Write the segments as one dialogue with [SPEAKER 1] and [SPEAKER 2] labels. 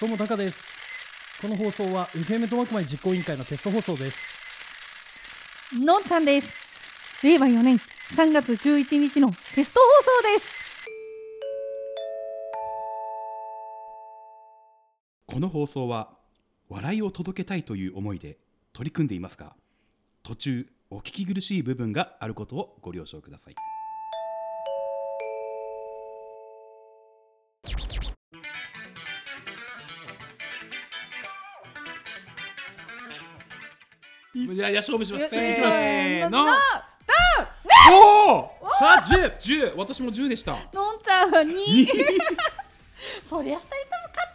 [SPEAKER 1] どうもタカですこの放送は FM 苫小牧実行委員会のテスト放送です
[SPEAKER 2] のんちゃんです令和4年3月11日のテスト放送です
[SPEAKER 3] この放送は笑いを届けたいという思いで取り組んでいますが途中お聞き苦しい部分があることをご了承ください
[SPEAKER 4] じゃあ、いや勝負します。
[SPEAKER 2] よ
[SPEAKER 4] せ
[SPEAKER 2] し
[SPEAKER 4] ーの。おお。
[SPEAKER 1] さあ10
[SPEAKER 4] 十、私も十でした。
[SPEAKER 2] のんちゃんは2そりゃ2人とも勝っ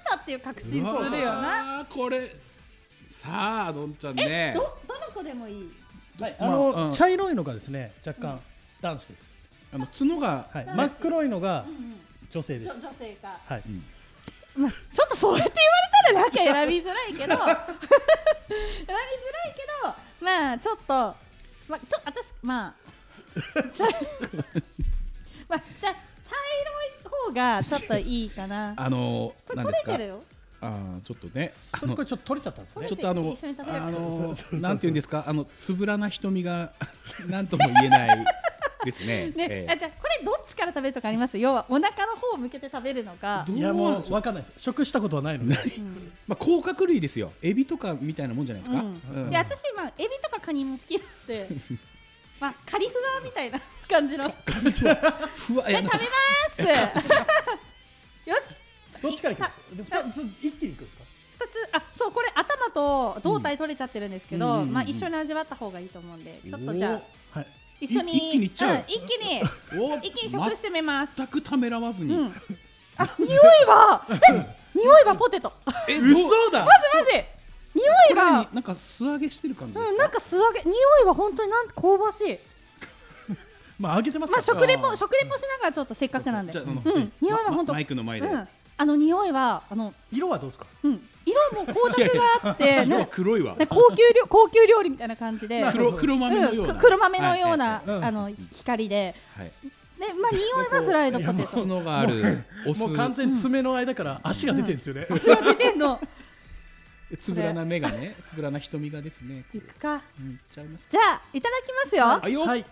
[SPEAKER 2] たっていう確信するよな
[SPEAKER 4] な。これ。さあ、のんちゃんね
[SPEAKER 2] ど。どの子でもいい
[SPEAKER 1] はいあの、
[SPEAKER 4] まあうん
[SPEAKER 1] 茶色いのがですね若干男子です、
[SPEAKER 4] あの角が。
[SPEAKER 1] はい、
[SPEAKER 2] 男子
[SPEAKER 1] 真っ黒いのが女性です、
[SPEAKER 2] 性か
[SPEAKER 1] はい、
[SPEAKER 2] まあ、ちょっとそうやって言われたらなんか選びづらいけど選びづ らいけどまあちょっとまあちょ私 まあ茶 まあじゃあ茶色い方がちょっといいかな
[SPEAKER 4] あの、
[SPEAKER 2] これ
[SPEAKER 4] なん
[SPEAKER 2] 取れ
[SPEAKER 4] ですか
[SPEAKER 2] てる。よ
[SPEAKER 4] ああ、ちょっとね。
[SPEAKER 1] それこれちょっと取れちゃったんですね
[SPEAKER 4] ちょっとあの
[SPEAKER 2] 一緒に食、べよう
[SPEAKER 4] あ
[SPEAKER 1] そう
[SPEAKER 4] の
[SPEAKER 1] そう、そう
[SPEAKER 4] なんていうんですか、あの、つぶらな瞳が。 なんとも言えない。です ね。
[SPEAKER 2] ね、
[SPEAKER 4] え
[SPEAKER 2] あじゃあこれどっちから食べるとかあります要はお腹の方を向けて食べるのか
[SPEAKER 4] ど
[SPEAKER 1] いやもう分かんないです食したことはないので
[SPEAKER 2] うん
[SPEAKER 4] まあ、甲殻類ですよ。エビとかみたいなもんじゃないですか。
[SPEAKER 2] うん
[SPEAKER 4] うん
[SPEAKER 2] で私まあエビとかカニも好きなんで まあカリフワみたいな感じのじ
[SPEAKER 4] ふわ、い
[SPEAKER 2] ゃ
[SPEAKER 4] や
[SPEAKER 2] あ
[SPEAKER 4] なん
[SPEAKER 2] 食
[SPEAKER 4] か
[SPEAKER 2] べますよし
[SPEAKER 1] どっちからいくんですかで二つ一気にいくんですか
[SPEAKER 2] 二つあそうこれ頭と胴体取れちゃってるんですけ
[SPEAKER 4] うんうん
[SPEAKER 2] ど、
[SPEAKER 4] うんうん
[SPEAKER 2] まあ一緒に味わった方がいいと思うんでちょっとじゃあ
[SPEAKER 1] はい
[SPEAKER 2] 一緒に
[SPEAKER 4] 一気にいっちゃうん
[SPEAKER 2] 一気に
[SPEAKER 4] お
[SPEAKER 2] 一気に食してみます、
[SPEAKER 4] 全くためらわず
[SPEAKER 2] う
[SPEAKER 4] に。
[SPEAKER 2] んあ匂いはえ匂いはポテ トマジ
[SPEAKER 4] え
[SPEAKER 1] 嘘だ
[SPEAKER 2] マジ匂い
[SPEAKER 4] これ
[SPEAKER 2] が
[SPEAKER 4] なんか素揚げしてる感じで
[SPEAKER 2] う
[SPEAKER 4] す
[SPEAKER 2] ん
[SPEAKER 4] か。
[SPEAKER 2] なんか素揚げ匂いは本当になんか香ばしい
[SPEAKER 1] まあ揚げてます
[SPEAKER 2] まあ
[SPEAKER 1] から
[SPEAKER 2] 食レポ食レポしながらちょっとせっかくなんで
[SPEAKER 4] じゃああの
[SPEAKER 2] うん匂いは
[SPEAKER 4] ま
[SPEAKER 2] 本当
[SPEAKER 4] まマイクの前で。
[SPEAKER 2] うんあの匂いはあの
[SPEAKER 1] 色はどうですか
[SPEAKER 2] うん色も光沢があって
[SPEAKER 4] 色
[SPEAKER 2] な
[SPEAKER 4] は黒いわ。
[SPEAKER 2] な高級料高級料理みたいな感じで
[SPEAKER 4] 黒黒豆のよう
[SPEAKER 2] う
[SPEAKER 4] な。
[SPEAKER 2] ん、く黒豆のような、
[SPEAKER 1] いはい
[SPEAKER 2] あの光で、
[SPEAKER 4] はい。はい
[SPEAKER 2] でまあ匂いはフライドポテト。
[SPEAKER 4] 角があるお酢
[SPEAKER 1] もう完全に爪の間から足が出てるんですよね、
[SPEAKER 2] 私は出てんの。
[SPEAKER 4] つぶらな目がね、つぶらな瞳がですね。
[SPEAKER 2] いくか。
[SPEAKER 4] うんいっちゃいます。
[SPEAKER 2] じゃあいただきますよ。
[SPEAKER 4] あよ。
[SPEAKER 1] はい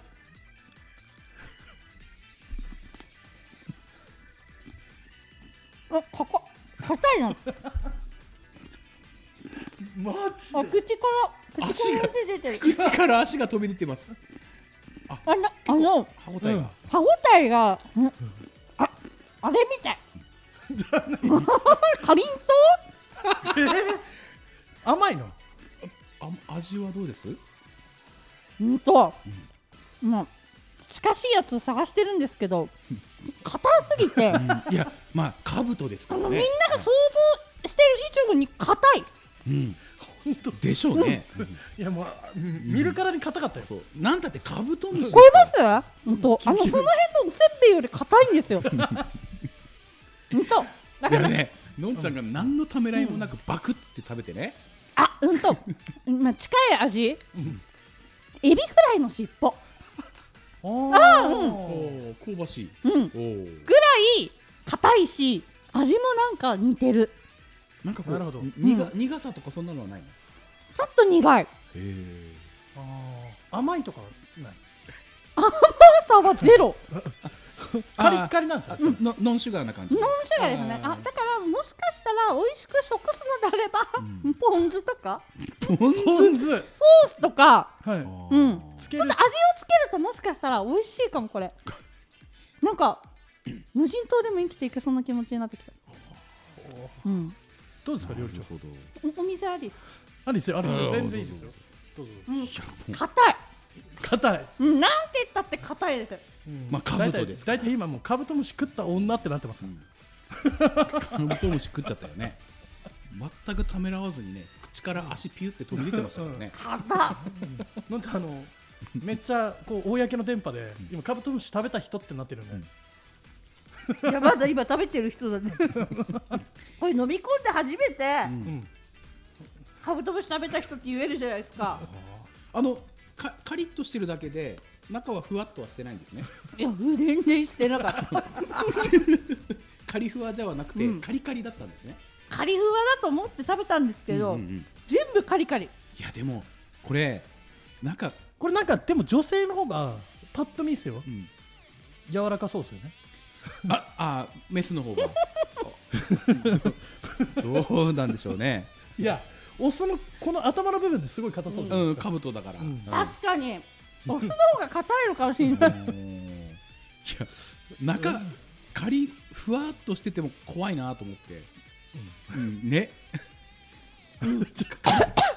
[SPEAKER 2] おここ硬いの。
[SPEAKER 1] マジ
[SPEAKER 2] お口から口
[SPEAKER 4] 足
[SPEAKER 2] か
[SPEAKER 4] が
[SPEAKER 2] ら出てる。
[SPEAKER 4] 口から足が飛び出てます。
[SPEAKER 2] あのあの
[SPEAKER 4] 歯ごたえ
[SPEAKER 1] うん
[SPEAKER 4] が。
[SPEAKER 2] 歯ごたえが、んああれみたい。 かりんとう
[SPEAKER 1] 甘いの
[SPEAKER 4] あ味はどうです？
[SPEAKER 2] うんと、まあ近しいやつを探してるんですけど、硬すぎて、あの
[SPEAKER 4] いや、まあ兜ですから
[SPEAKER 2] みんな
[SPEAKER 4] ね。
[SPEAKER 2] が想像してる以上に硬い。
[SPEAKER 4] うん。
[SPEAKER 1] 本当
[SPEAKER 4] でしょうね。
[SPEAKER 1] いやもううん見るからに硬かったよ、
[SPEAKER 4] そう。なんだって兜に。
[SPEAKER 2] 聞こえますうんとあのその辺のおせんべいより硬いんですよ。うんとだ
[SPEAKER 4] い
[SPEAKER 2] か
[SPEAKER 4] や
[SPEAKER 2] ら、
[SPEAKER 4] ね、のんちゃんが何のためらいもなくバクって食べてね。
[SPEAKER 2] あうんと、まあ、近い味、エビフライの尻尾
[SPEAKER 1] ああ、うん
[SPEAKER 4] おお、香ばしい。
[SPEAKER 2] うん
[SPEAKER 4] おお。
[SPEAKER 2] ぐらい硬いし味もなんか似てる
[SPEAKER 4] なんかこ
[SPEAKER 1] なるほど
[SPEAKER 4] う、にが苦さとかそんなのはないの。
[SPEAKER 2] ちょっと苦い
[SPEAKER 4] へえ。
[SPEAKER 1] あー甘いとかはない
[SPEAKER 2] 辛さはゼロ
[SPEAKER 1] カリッカリなんですよ
[SPEAKER 4] あ、、そうノノンシュガーな感じ。
[SPEAKER 2] ノンシュガーですねあだからもしかしたら美味しく食すのであれば、
[SPEAKER 4] うん
[SPEAKER 2] ポン酢とか
[SPEAKER 4] ポン酢
[SPEAKER 1] ポン酢は
[SPEAKER 2] ソースとか
[SPEAKER 1] い
[SPEAKER 2] うん
[SPEAKER 1] つ
[SPEAKER 4] つ
[SPEAKER 1] け
[SPEAKER 2] ちょ
[SPEAKER 1] る
[SPEAKER 2] っと味をつけるともしかしたら美味しいかもこれなんか無人島でも生きていけそうな気持ちになってきた、うん、
[SPEAKER 1] どうですか料理長
[SPEAKER 4] ほど。
[SPEAKER 2] おお水ありです、
[SPEAKER 1] ありですよありですよ
[SPEAKER 4] うん
[SPEAKER 1] 全然いいですよどうぞ
[SPEAKER 2] うん、
[SPEAKER 4] 百
[SPEAKER 2] 硬い、
[SPEAKER 1] 硬い、
[SPEAKER 2] うん、なんて言ったって硬いです
[SPEAKER 4] まあ兜ですか
[SPEAKER 1] 大体大体今もうカブトムシ食った女ってなってますもん
[SPEAKER 4] 本。カブトムシ食っちゃったよね。全くためらわずにね、口から足ピュって飛び出てましたからね。
[SPEAKER 2] 硬
[SPEAKER 1] のんちゃんあのめっちゃこう公の電波で今カブトムシ食べた人ってなってるんで、
[SPEAKER 2] いやまだ今食べてる人 だねこれ飲み込んで初めて、
[SPEAKER 1] ん
[SPEAKER 2] カブトムシ食べた人って言えるじゃないですか
[SPEAKER 4] あの、か、カリッとしてるだけで、中はふわっとはしてないんですね。
[SPEAKER 2] いや全然してなかった
[SPEAKER 4] カリフワじゃなくて、
[SPEAKER 2] うん
[SPEAKER 4] カリカリだったんですね。
[SPEAKER 2] カリフワだと思って食べたんですけど、
[SPEAKER 4] うんうんうん
[SPEAKER 2] 全部カリカリ
[SPEAKER 4] いやでもこれなんか、
[SPEAKER 1] これなんかでも女性の方がパッと見ですよ
[SPEAKER 4] うん、
[SPEAKER 1] 柔らかそうですよね
[SPEAKER 4] ああメスの方がどうなんでしょうね
[SPEAKER 1] いやオスのこの頭の部分ですごい硬そうじゃないで
[SPEAKER 4] うん
[SPEAKER 1] すか、
[SPEAKER 4] 兜だから、
[SPEAKER 1] うん
[SPEAKER 4] うん
[SPEAKER 2] 確かにオフの方が硬いのかもしれない
[SPEAKER 4] いや中仮ふわっとしてても怖いなと思って、うん、ね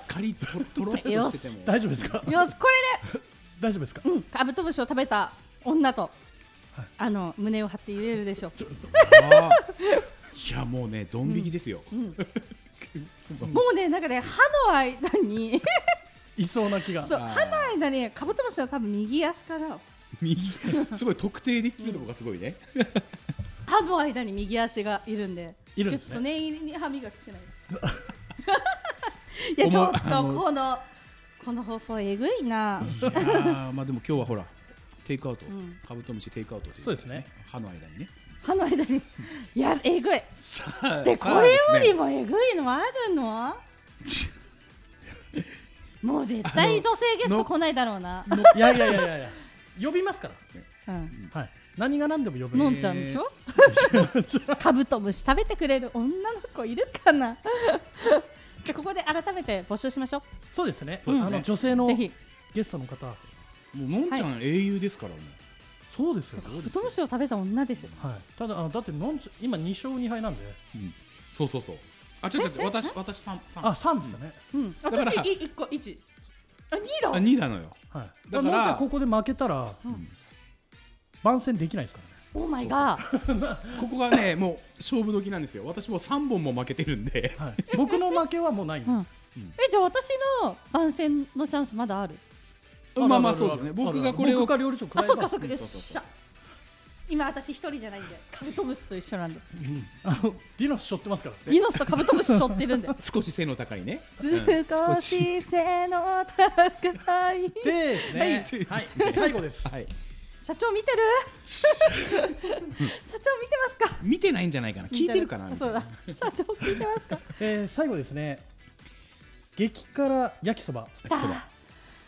[SPEAKER 4] 仮ととろっと
[SPEAKER 2] よ
[SPEAKER 4] してて
[SPEAKER 2] し
[SPEAKER 4] も
[SPEAKER 1] 大丈夫ですか
[SPEAKER 2] よしこれで
[SPEAKER 1] 大丈夫ですか、
[SPEAKER 2] カブトムシを食べた女と、あの胸を張って入れるでしょう
[SPEAKER 4] あーいやもうねドン引きですよ、
[SPEAKER 2] もうねなんかね歯の間に
[SPEAKER 1] いそうな気が
[SPEAKER 2] そう
[SPEAKER 4] あー
[SPEAKER 2] 歯の間にカブトムシの多分右足から
[SPEAKER 4] 右すごい特定できるとこがすごいね、
[SPEAKER 2] 歯の間に右足がいるんで
[SPEAKER 1] いるんですね
[SPEAKER 2] 今日ちょっと念入りに歯磨きしない いやちょっと
[SPEAKER 4] あの
[SPEAKER 2] このこの放送えぐいな
[SPEAKER 4] あーまあでも今日はほらテイクアウト、
[SPEAKER 2] ん
[SPEAKER 4] カブトムシテイクアウト
[SPEAKER 1] そうですね
[SPEAKER 4] 歯の間にね
[SPEAKER 2] 歯の間 にいやえぐい
[SPEAKER 4] さあ
[SPEAKER 2] でこ
[SPEAKER 4] さあ
[SPEAKER 2] れより
[SPEAKER 4] で
[SPEAKER 2] もえぐいのあるのもう絶対女性ゲスト来ないだろうな、
[SPEAKER 1] いやいやいやいやいや呼びますから、
[SPEAKER 2] うん、
[SPEAKER 1] はい、何が何でも呼ぶ
[SPEAKER 2] のんちゃんでしょカブトムシ食べてくれる女の子いるか なじゃあここで改めて募集しましょう
[SPEAKER 1] そうですね
[SPEAKER 4] そうです
[SPEAKER 1] あ
[SPEAKER 4] ね
[SPEAKER 1] の女性の
[SPEAKER 2] ぜひ
[SPEAKER 1] ゲストの方
[SPEAKER 4] すねもうのんちゃん英雄ですからもう、
[SPEAKER 1] そうですよ、
[SPEAKER 2] カブトムシを食べた女です
[SPEAKER 1] はい、ただあのだってのんち今2勝2敗なんで
[SPEAKER 4] うんそうそうそうあ違う違う違う私私三三
[SPEAKER 1] あ三3ですよね、
[SPEAKER 2] うん、
[SPEAKER 4] から
[SPEAKER 2] 私い一個一。あ二だ。
[SPEAKER 4] あ二なのよ
[SPEAKER 1] はいまあの
[SPEAKER 4] だから
[SPEAKER 1] んちゃんここで負けたら、
[SPEAKER 2] ん
[SPEAKER 1] 番宣できないですからね
[SPEAKER 2] オー マイガー。
[SPEAKER 4] ここがね もう勝負時なんですよ私もう三本も負けてるんで
[SPEAKER 1] はい、 僕の負けはもうないんで、
[SPEAKER 2] うんえじゃあ私の番宣のチャンスまだある。
[SPEAKER 1] る
[SPEAKER 4] まあまあ
[SPEAKER 1] る
[SPEAKER 4] そう
[SPEAKER 1] る
[SPEAKER 4] ですね
[SPEAKER 1] る
[SPEAKER 4] 僕がこれを
[SPEAKER 1] 僕が料理長加
[SPEAKER 2] あ
[SPEAKER 1] え
[SPEAKER 2] そっか
[SPEAKER 1] ば
[SPEAKER 2] そっかよっ
[SPEAKER 4] そう
[SPEAKER 2] し
[SPEAKER 4] そ
[SPEAKER 2] ゃ。今私一人じゃないんでカブトムシと一緒 なんで
[SPEAKER 1] あのディノス背負ってます から
[SPEAKER 2] イノスとカブトムシ背負ってるんで
[SPEAKER 4] 少し背の高いね
[SPEAKER 2] 少し背の高い
[SPEAKER 1] で ですね、はい、 最後です、
[SPEAKER 4] はい
[SPEAKER 2] 社長見てる社長見てますか
[SPEAKER 4] 見てないんじゃないかな聞いてるかな
[SPEAKER 2] あそうだ社長聞いてますか
[SPEAKER 1] えー最後ですね激辛焼きそば
[SPEAKER 4] そうだ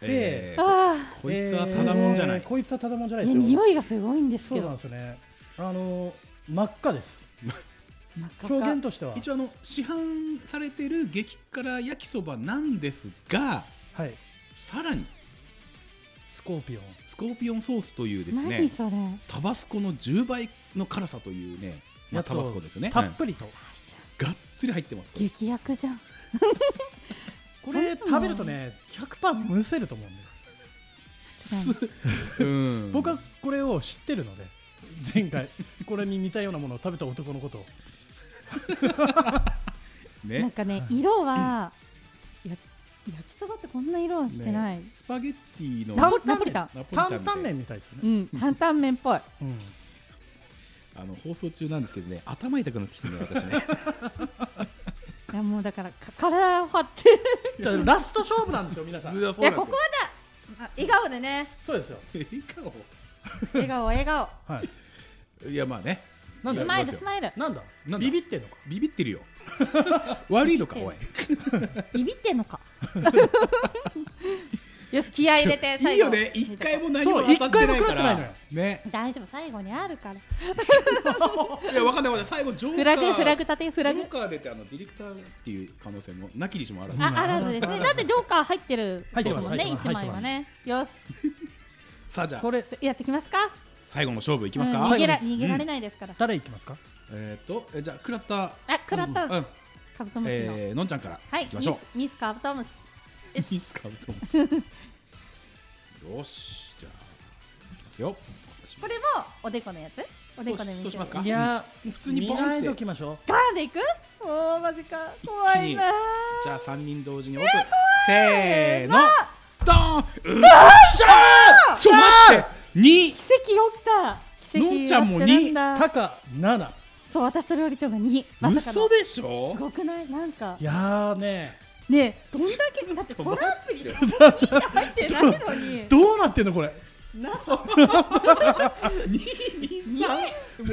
[SPEAKER 4] え ー
[SPEAKER 2] あ
[SPEAKER 4] こいつはただもんじゃな
[SPEAKER 1] え
[SPEAKER 4] い
[SPEAKER 1] ーこいつはただもんじゃな
[SPEAKER 2] あ
[SPEAKER 1] いですよ
[SPEAKER 2] 匂いがすごいんです
[SPEAKER 1] そう
[SPEAKER 2] け
[SPEAKER 1] なん
[SPEAKER 2] ど
[SPEAKER 1] ですよねあのー真っ赤です
[SPEAKER 2] 真っ赤か
[SPEAKER 1] 表現としては
[SPEAKER 4] 一応あの市販されてる激辛焼きそばなんですが
[SPEAKER 1] はい
[SPEAKER 4] さらに
[SPEAKER 1] スコーピオン
[SPEAKER 4] スコーピオンソースというです
[SPEAKER 2] 何
[SPEAKER 4] ね
[SPEAKER 2] それ
[SPEAKER 4] タバスコの10倍の辛さというね、まあ、
[SPEAKER 1] やつ
[SPEAKER 4] タ
[SPEAKER 1] を
[SPEAKER 4] バスコですよね
[SPEAKER 1] たっぷりと、
[SPEAKER 4] うんがっつり入ってます
[SPEAKER 2] 激薬じゃん
[SPEAKER 1] これ食べるとね100%むせると思うんです
[SPEAKER 4] うん
[SPEAKER 1] 僕はこれを知ってるので前回これに似たようなものを食べた男のことを
[SPEAKER 2] なん
[SPEAKER 4] ね
[SPEAKER 2] かね、色は、や焼きそばってこんな色はしてない。
[SPEAKER 4] ねスパゲッティの
[SPEAKER 2] ナポナポリタン。
[SPEAKER 4] ナポリタンみた
[SPEAKER 1] 担
[SPEAKER 4] い
[SPEAKER 1] 々麺みたいですよ
[SPEAKER 2] う
[SPEAKER 1] ね、
[SPEAKER 2] ん、担々麺っぽい。
[SPEAKER 1] うん
[SPEAKER 4] あの放送中なんですけどね頭痛くなってきてるの私ね
[SPEAKER 2] いやもうだからか体を張って。
[SPEAKER 1] だからラスト勝負なんですよ皆さん
[SPEAKER 2] いやここはじゃああ笑顔でね、
[SPEAKER 1] そうですよ
[SPEAKER 2] 笑顔笑顔。
[SPEAKER 1] はい
[SPEAKER 4] いやまあね
[SPEAKER 1] なんだ
[SPEAKER 2] ス
[SPEAKER 1] よ
[SPEAKER 2] マイルスマイ ル。
[SPEAKER 1] なんだ
[SPEAKER 4] なんだ
[SPEAKER 1] ビビってんのか
[SPEAKER 4] ビビってるよ 悪いのか
[SPEAKER 2] ビビ
[SPEAKER 4] お
[SPEAKER 2] っ
[SPEAKER 4] い
[SPEAKER 2] ビビってんのか。 よし気合い入れて最後。
[SPEAKER 4] いいよね一回。も何も
[SPEAKER 1] そう
[SPEAKER 4] 当たってな
[SPEAKER 1] 一回も
[SPEAKER 4] いか
[SPEAKER 1] 食らってないの
[SPEAKER 4] ら
[SPEAKER 1] よ
[SPEAKER 4] ね
[SPEAKER 2] 大丈夫最後にあるから。
[SPEAKER 4] いやわかんないわかんない最後ジョ
[SPEAKER 2] フ
[SPEAKER 4] ーカ
[SPEAKER 2] ラ
[SPEAKER 4] ー
[SPEAKER 2] グフラグ立てフラ
[SPEAKER 4] ジョ
[SPEAKER 2] グ
[SPEAKER 4] ー。カー出てあのディレクターっていう可能性もなきにしもあらず
[SPEAKER 2] あ、あらずですね。だってジョーカー入ってる
[SPEAKER 1] 入って
[SPEAKER 2] で
[SPEAKER 1] ますす
[SPEAKER 2] もんね、
[SPEAKER 1] 入ってます
[SPEAKER 2] 一枚はね。よし、
[SPEAKER 4] さあじゃあ
[SPEAKER 1] これ
[SPEAKER 2] やってきますか。
[SPEAKER 4] 最後の勝負いき
[SPEAKER 2] うん、
[SPEAKER 4] ますか、
[SPEAKER 2] 逃げら
[SPEAKER 1] 最
[SPEAKER 2] 逃げられないですから。
[SPEAKER 1] 誰いきますか
[SPEAKER 4] えーっとえじゃあ倉田
[SPEAKER 2] あ、食らった
[SPEAKER 4] う。ん
[SPEAKER 2] カブトムシの。
[SPEAKER 4] えーのんちゃんから
[SPEAKER 2] はいい
[SPEAKER 4] きましょう、
[SPEAKER 2] ミスミスカブトムシ。よ
[SPEAKER 4] いいっ
[SPEAKER 2] し
[SPEAKER 4] すか と思ってよしじゃあいきますよ
[SPEAKER 2] これもおでこのやつおでこで見て
[SPEAKER 4] そうそうしますか
[SPEAKER 2] ガ
[SPEAKER 4] あ
[SPEAKER 1] いやー
[SPEAKER 4] 普通にボ
[SPEAKER 1] 見
[SPEAKER 4] ンって
[SPEAKER 1] ないときましょ
[SPEAKER 2] ーでいくおーマジか怖いなー
[SPEAKER 4] じゃあ三人同時にオープンせーのドーンうわっしゃーちょ待って2
[SPEAKER 2] 奇跡起きた奇跡
[SPEAKER 4] のんちゃんも
[SPEAKER 2] やってな
[SPEAKER 1] う
[SPEAKER 2] だ
[SPEAKER 1] タカ7
[SPEAKER 2] そう私と料理長が2まさかの
[SPEAKER 4] 嘘でしょ
[SPEAKER 2] すごくないなんか
[SPEAKER 1] いやーね
[SPEAKER 2] ねえどんだけになって
[SPEAKER 4] ちょ
[SPEAKER 2] ト
[SPEAKER 4] っと
[SPEAKER 2] ラン
[SPEAKER 4] 待
[SPEAKER 2] プに2が入ってないのに
[SPEAKER 1] どうなってんのこれ
[SPEAKER 2] なさ
[SPEAKER 4] 223もう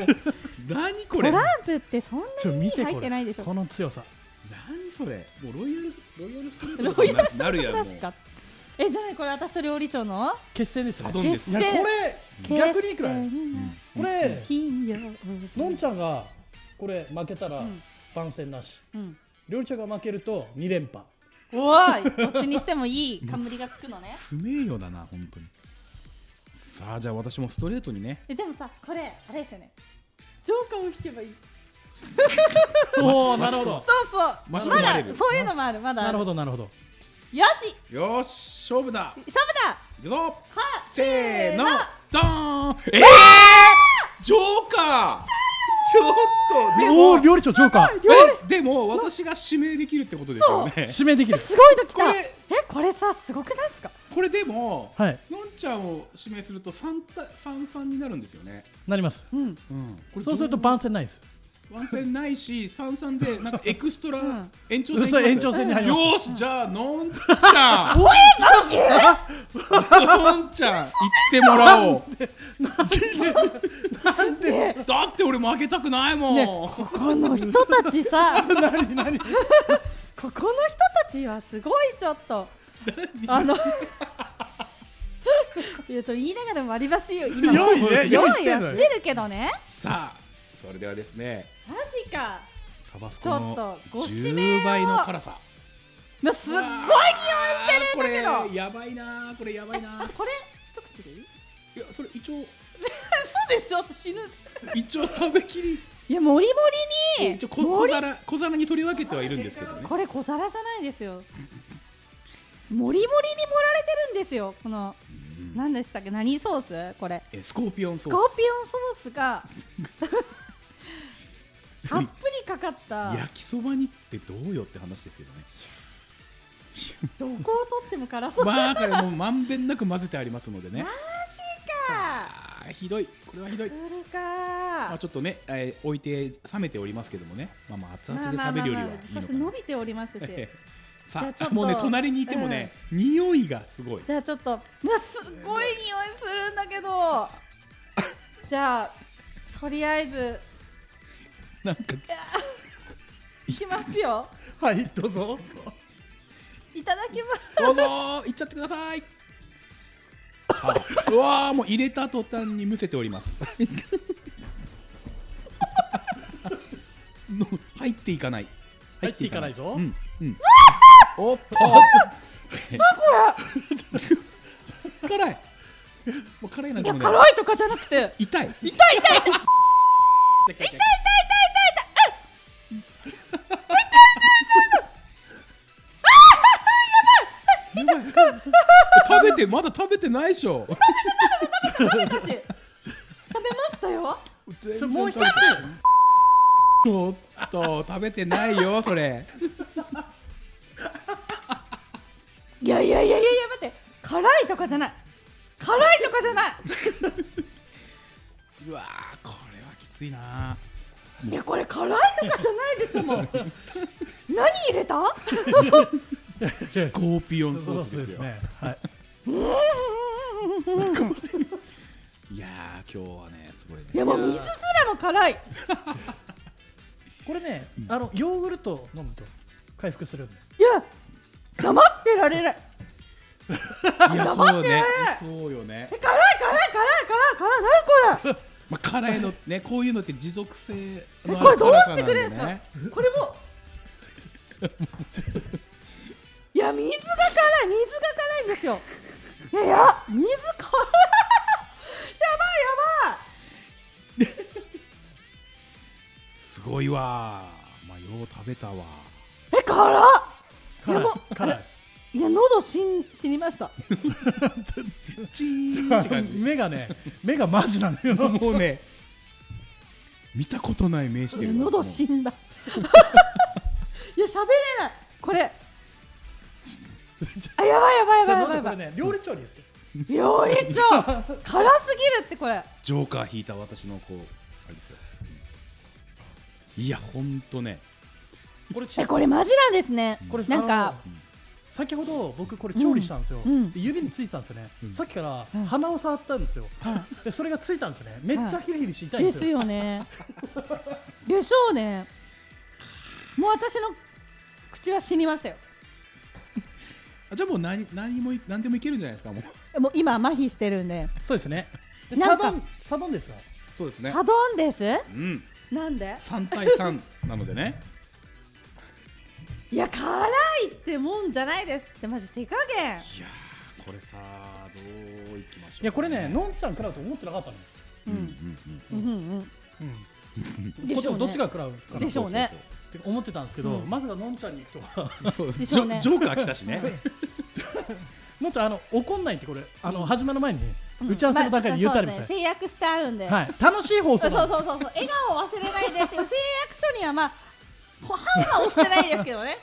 [SPEAKER 4] 何こ
[SPEAKER 2] ト
[SPEAKER 4] れ
[SPEAKER 2] ラ
[SPEAKER 4] 何
[SPEAKER 2] ンプってそんな
[SPEAKER 1] ちょ見
[SPEAKER 2] に
[SPEAKER 1] て
[SPEAKER 2] 入っ
[SPEAKER 1] こ
[SPEAKER 2] てないで
[SPEAKER 1] れ
[SPEAKER 2] しょ
[SPEAKER 1] この強さ
[SPEAKER 4] それもうロイヤルロイヤルストレート
[SPEAKER 2] ロイヤルス
[SPEAKER 4] とか
[SPEAKER 2] ト
[SPEAKER 4] なる
[SPEAKER 2] レ
[SPEAKER 4] や
[SPEAKER 2] ー
[SPEAKER 4] ん
[SPEAKER 2] ト
[SPEAKER 4] もう
[SPEAKER 2] しかえじゃないこれ私と料理長の
[SPEAKER 1] 決戦です
[SPEAKER 3] サ
[SPEAKER 1] ね
[SPEAKER 3] ドンです
[SPEAKER 1] いや
[SPEAKER 2] 決戦
[SPEAKER 1] これ逆にいくらい
[SPEAKER 2] 決戦
[SPEAKER 3] うん
[SPEAKER 1] これ
[SPEAKER 2] 金曜
[SPEAKER 1] のんちゃんがこれ負けた
[SPEAKER 2] ゃ
[SPEAKER 1] ら番宣なし
[SPEAKER 2] うん
[SPEAKER 1] 料理長が負けると2連 覇
[SPEAKER 2] おいどっちにしてもいい冠がつくのね
[SPEAKER 4] 不名誉だな本当にさあじゃあ私もストレートにね
[SPEAKER 2] えでもさこれあれですよねジョーカーを引けばいい
[SPEAKER 1] おおなるほど
[SPEAKER 2] そうそう
[SPEAKER 4] ま
[SPEAKER 2] ま
[SPEAKER 4] とめられ
[SPEAKER 2] だ
[SPEAKER 4] る
[SPEAKER 2] そういうのもあるまだ
[SPEAKER 1] な
[SPEAKER 2] あ
[SPEAKER 1] るほ
[SPEAKER 2] るよ
[SPEAKER 1] どなるほど
[SPEAKER 2] し
[SPEAKER 4] よーし勝負だ
[SPEAKER 2] 勝負だ
[SPEAKER 4] いくぞ
[SPEAKER 2] は
[SPEAKER 4] せーの
[SPEAKER 2] せーの
[SPEAKER 4] ドーンえー、ジョーカーちょっとで
[SPEAKER 1] おお
[SPEAKER 4] も
[SPEAKER 1] 料理長ジョー カー
[SPEAKER 4] えでも私が指名できるってことでしょうね
[SPEAKER 1] 指名できる
[SPEAKER 2] すごいの来
[SPEAKER 4] こ
[SPEAKER 2] た
[SPEAKER 4] れ
[SPEAKER 2] えこれさすごくないですか
[SPEAKER 4] これでも、
[SPEAKER 1] はい
[SPEAKER 4] のんちゃんを指名すると三対三三になるんですよね、
[SPEAKER 1] なります
[SPEAKER 2] うん
[SPEAKER 4] うん、これ
[SPEAKER 1] そうすると
[SPEAKER 4] どう
[SPEAKER 1] 番宣ない です
[SPEAKER 4] 番宣ないし三三で なんかエクストラ
[SPEAKER 2] うん
[SPEAKER 4] 延長戦いき
[SPEAKER 1] そ
[SPEAKER 4] ま
[SPEAKER 1] う
[SPEAKER 4] す
[SPEAKER 1] 延長戦に入り
[SPEAKER 4] よ
[SPEAKER 1] ます
[SPEAKER 4] ーしじゃあのんちゃん
[SPEAKER 2] おいマジ
[SPEAKER 4] のんちゃん行ってもらおう
[SPEAKER 1] なんで
[SPEAKER 4] だって俺負けたくないもん、
[SPEAKER 2] ここの人たちさ
[SPEAKER 1] 何何
[SPEAKER 2] ここの人たちはすごいちょっとあの いやと言いながらも割り箸よ今
[SPEAKER 1] 良いね
[SPEAKER 2] 用
[SPEAKER 1] 良い
[SPEAKER 2] 意は
[SPEAKER 1] してんのよ
[SPEAKER 2] してるけどね
[SPEAKER 4] さあそれではですね
[SPEAKER 2] マジか
[SPEAKER 4] タバス
[SPEAKER 2] ち
[SPEAKER 4] コ
[SPEAKER 2] ょっ
[SPEAKER 4] の
[SPEAKER 2] とご指名
[SPEAKER 4] 10
[SPEAKER 2] を
[SPEAKER 4] 倍の辛さ
[SPEAKER 2] なすっごい匂いしてるんだ
[SPEAKER 4] こ
[SPEAKER 2] け
[SPEAKER 4] れ
[SPEAKER 2] ど
[SPEAKER 4] やばいなこれやばいな
[SPEAKER 2] あこれ一口でいい
[SPEAKER 4] いやそれ一応
[SPEAKER 2] 嘘でしょ死ぬ
[SPEAKER 4] 一応食べきり
[SPEAKER 2] いやもりもりに
[SPEAKER 4] 一応小小皿小皿に取り分けてはいるんですけどね
[SPEAKER 2] これ小皿じゃないですよ。もりもりに盛られてるんですよ。この何でしたっけ？何ソース？これ。
[SPEAKER 4] えスコーピオンソ
[SPEAKER 2] ス
[SPEAKER 4] ース
[SPEAKER 2] コーピオンソース がたっぷりかかった。
[SPEAKER 4] 焼きそばにってどうよって話ですけどね
[SPEAKER 2] どこを取っても辛そう。マ
[SPEAKER 4] まあこれもうまんべんなく混ぜてありますのでね
[SPEAKER 2] ジか。
[SPEAKER 4] あーひどいこれはひどい
[SPEAKER 2] くる
[SPEAKER 4] ま
[SPEAKER 2] か
[SPEAKER 4] あ。ちょっとね、えー置いて冷めておりますけどもねまあまあ熱々で食べるよりはいいのかな
[SPEAKER 2] そして伸びておりますし。じゃ
[SPEAKER 4] さ
[SPEAKER 2] あちょっ
[SPEAKER 4] あ
[SPEAKER 2] と
[SPEAKER 4] もうね隣にいてもね、匂いがすごい
[SPEAKER 2] じゃあちょっと、まあ、すっごい匂いするんだけど。 じゃあとりあえず
[SPEAKER 4] なんか
[SPEAKER 2] いきますよ。
[SPEAKER 1] はいどうぞ
[SPEAKER 2] いただきます。
[SPEAKER 4] どうぞーいっちゃってくださいさあうわーもう入れた途端にむせております の入っていかない
[SPEAKER 1] 入っていかないぞ
[SPEAKER 4] うんうん、おっと辛いもう辛いなん
[SPEAKER 2] い
[SPEAKER 4] て
[SPEAKER 2] や
[SPEAKER 4] もう
[SPEAKER 2] 辛いとかじゃなくて
[SPEAKER 4] 痛い痛い
[SPEAKER 2] 痛い痛い痛い
[SPEAKER 4] 痛い痛い食べてまだ食べてないでしょ
[SPEAKER 2] 私食べましたよ
[SPEAKER 1] それもう一つ
[SPEAKER 4] おっと食べてないよそれ
[SPEAKER 2] いやいやいやいやいや待って辛いとかじゃない辛いとかじゃないう
[SPEAKER 4] わーこれはきついない
[SPEAKER 2] やこれ辛いとかじゃないでしょもう何入れたう
[SPEAKER 4] スコーピオンソ
[SPEAKER 1] そう
[SPEAKER 4] ー
[SPEAKER 1] で
[SPEAKER 4] スです
[SPEAKER 1] す
[SPEAKER 4] よ
[SPEAKER 1] ねはい
[SPEAKER 2] ーん
[SPEAKER 4] いやー今日はねすごいね
[SPEAKER 2] いやもう水すらも辛い
[SPEAKER 1] これねあのヨーグルト飲むと回復するんで
[SPEAKER 2] いや黙ってられない
[SPEAKER 4] いやそうよねそうよね
[SPEAKER 2] え、辛い辛い辛い辛い辛い辛い何これ
[SPEAKER 4] まあ、辛いのねこういうのって持続性
[SPEAKER 2] え
[SPEAKER 4] の
[SPEAKER 2] これどう
[SPEAKER 4] あ
[SPEAKER 2] して
[SPEAKER 4] 辛さなん
[SPEAKER 2] くれ
[SPEAKER 4] で
[SPEAKER 2] るんですか、
[SPEAKER 4] ね
[SPEAKER 2] これもいや水が辛い水が辛いんですよいやいや水辛い やばいやばい
[SPEAKER 4] すごいわーまあよう食べたわ
[SPEAKER 2] え辛っいや
[SPEAKER 1] 辛い
[SPEAKER 2] もう
[SPEAKER 1] 辛い
[SPEAKER 2] いや喉死ん死にました
[SPEAKER 4] チーンって 感じ
[SPEAKER 1] 目がね目がマジなんだよな
[SPEAKER 4] もうね見たことない目して
[SPEAKER 2] いや
[SPEAKER 4] るわ
[SPEAKER 2] 喉死んだ いや喋れないこれあやばいやばいや
[SPEAKER 1] じゃ
[SPEAKER 2] ばい
[SPEAKER 1] あど
[SPEAKER 2] やば
[SPEAKER 1] う
[SPEAKER 2] い
[SPEAKER 1] ぞこ
[SPEAKER 2] や
[SPEAKER 1] れ
[SPEAKER 2] ばい
[SPEAKER 1] ね料理長に言って
[SPEAKER 2] 料理長辛すぎるってこれ
[SPEAKER 4] ジョーカー引いた私のこうあれですよいやほんとね
[SPEAKER 1] これち
[SPEAKER 2] えこれマジなんですね
[SPEAKER 1] これ
[SPEAKER 2] なんか
[SPEAKER 1] あの先ほど僕これ調理したんですよ、
[SPEAKER 2] うん
[SPEAKER 1] で指についてたんですよね、
[SPEAKER 4] うん
[SPEAKER 1] さっきから
[SPEAKER 2] うん
[SPEAKER 1] 鼻を触ったんですよ、でそれがついたんですねめっちゃヒリヒリして痛いん
[SPEAKER 2] で
[SPEAKER 1] ですよ
[SPEAKER 2] すよ ねでしょうねもう私の口は死にましたよ
[SPEAKER 4] あじゃあもう何何もい何でもいけるんじゃないですかもう
[SPEAKER 2] もう今麻痺してるんで
[SPEAKER 1] そうですねで
[SPEAKER 2] な
[SPEAKER 1] サ
[SPEAKER 2] んか
[SPEAKER 1] ドンサドンですか
[SPEAKER 4] そうですね
[SPEAKER 2] ハドンです
[SPEAKER 4] うん
[SPEAKER 2] なんで
[SPEAKER 4] 3対3なのでね
[SPEAKER 2] いや辛いってもんじゃないですってマジ手加減
[SPEAKER 4] いやーこれさどういきましょう
[SPEAKER 1] いやこれねのんちゃん食らうと思ってなかったんです、
[SPEAKER 2] う
[SPEAKER 4] うんうん
[SPEAKER 2] ん
[SPEAKER 4] うん
[SPEAKER 2] うんうん
[SPEAKER 1] うん
[SPEAKER 2] うんで
[SPEAKER 1] こっ
[SPEAKER 2] し
[SPEAKER 1] ち
[SPEAKER 2] ょう
[SPEAKER 1] もど
[SPEAKER 2] ね
[SPEAKER 1] っちが食らうかな
[SPEAKER 2] でしょうね
[SPEAKER 1] って思ってたんですけど、
[SPEAKER 2] うん
[SPEAKER 1] まさかのんちゃんに行くとは
[SPEAKER 4] そう
[SPEAKER 2] で
[SPEAKER 4] ジ
[SPEAKER 2] しょうね
[SPEAKER 4] ョジョーカー来たしね
[SPEAKER 1] のんちゃんあの怒んないってこれあの、始まる前に、
[SPEAKER 2] うん
[SPEAKER 1] 打ち合わせの段階で言ったりも
[SPEAKER 2] まあ
[SPEAKER 1] し
[SPEAKER 2] そ
[SPEAKER 1] て
[SPEAKER 2] うですね、制約してあるんで、
[SPEAKER 1] はい、楽しい放送
[SPEAKER 2] そうそう
[SPEAKER 1] なんで
[SPEAKER 2] そうそう笑顔を忘れないでっていう制約書にはまあほ半は押してないですけどね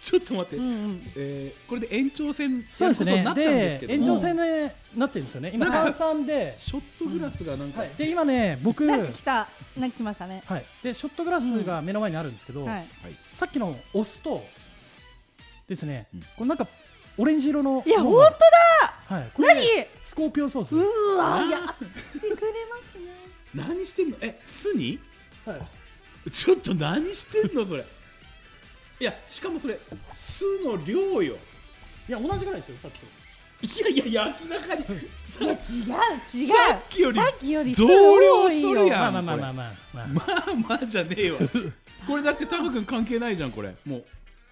[SPEAKER 4] ちょっと待って、
[SPEAKER 2] うんうん
[SPEAKER 4] えーこれで延長戦
[SPEAKER 1] そうです
[SPEAKER 4] や
[SPEAKER 1] ね
[SPEAKER 4] ることになったんです
[SPEAKER 1] で
[SPEAKER 4] けど
[SPEAKER 1] 延
[SPEAKER 4] も
[SPEAKER 1] 長戦でなってるんですよね今
[SPEAKER 2] なんか
[SPEAKER 1] 三三で、
[SPEAKER 4] ショットグラスがなんか、
[SPEAKER 1] はい、で今ね僕
[SPEAKER 2] なんか来たなんか来ましたね
[SPEAKER 1] はい、でショットグラスが目の前にあるんですけど、
[SPEAKER 2] はい
[SPEAKER 1] さっきの押すとですね、
[SPEAKER 4] うん
[SPEAKER 1] これなんかオレンジ色の
[SPEAKER 2] いや
[SPEAKER 1] も
[SPEAKER 2] 本
[SPEAKER 1] の
[SPEAKER 2] 当
[SPEAKER 1] が
[SPEAKER 2] だ
[SPEAKER 1] はい、これ
[SPEAKER 2] 何
[SPEAKER 1] スコーピオンソース、
[SPEAKER 2] う
[SPEAKER 1] は
[SPEAKER 2] ーわ
[SPEAKER 4] ー
[SPEAKER 2] やってくれますね
[SPEAKER 4] 何してんのえ巣に
[SPEAKER 1] い、
[SPEAKER 4] ちょっと何してんのそれいやしかもそれ酢の量よ
[SPEAKER 1] いや同じぐらいですよさっきと
[SPEAKER 4] いやいや明らかにさ
[SPEAKER 2] いや違う違う
[SPEAKER 4] さっきより
[SPEAKER 2] さっきより
[SPEAKER 4] 増量しとるやん
[SPEAKER 1] まあまあまあまあまあ、まあ
[SPEAKER 4] まあまあじゃねえわこれだってタカ君関係ないじゃんこれもう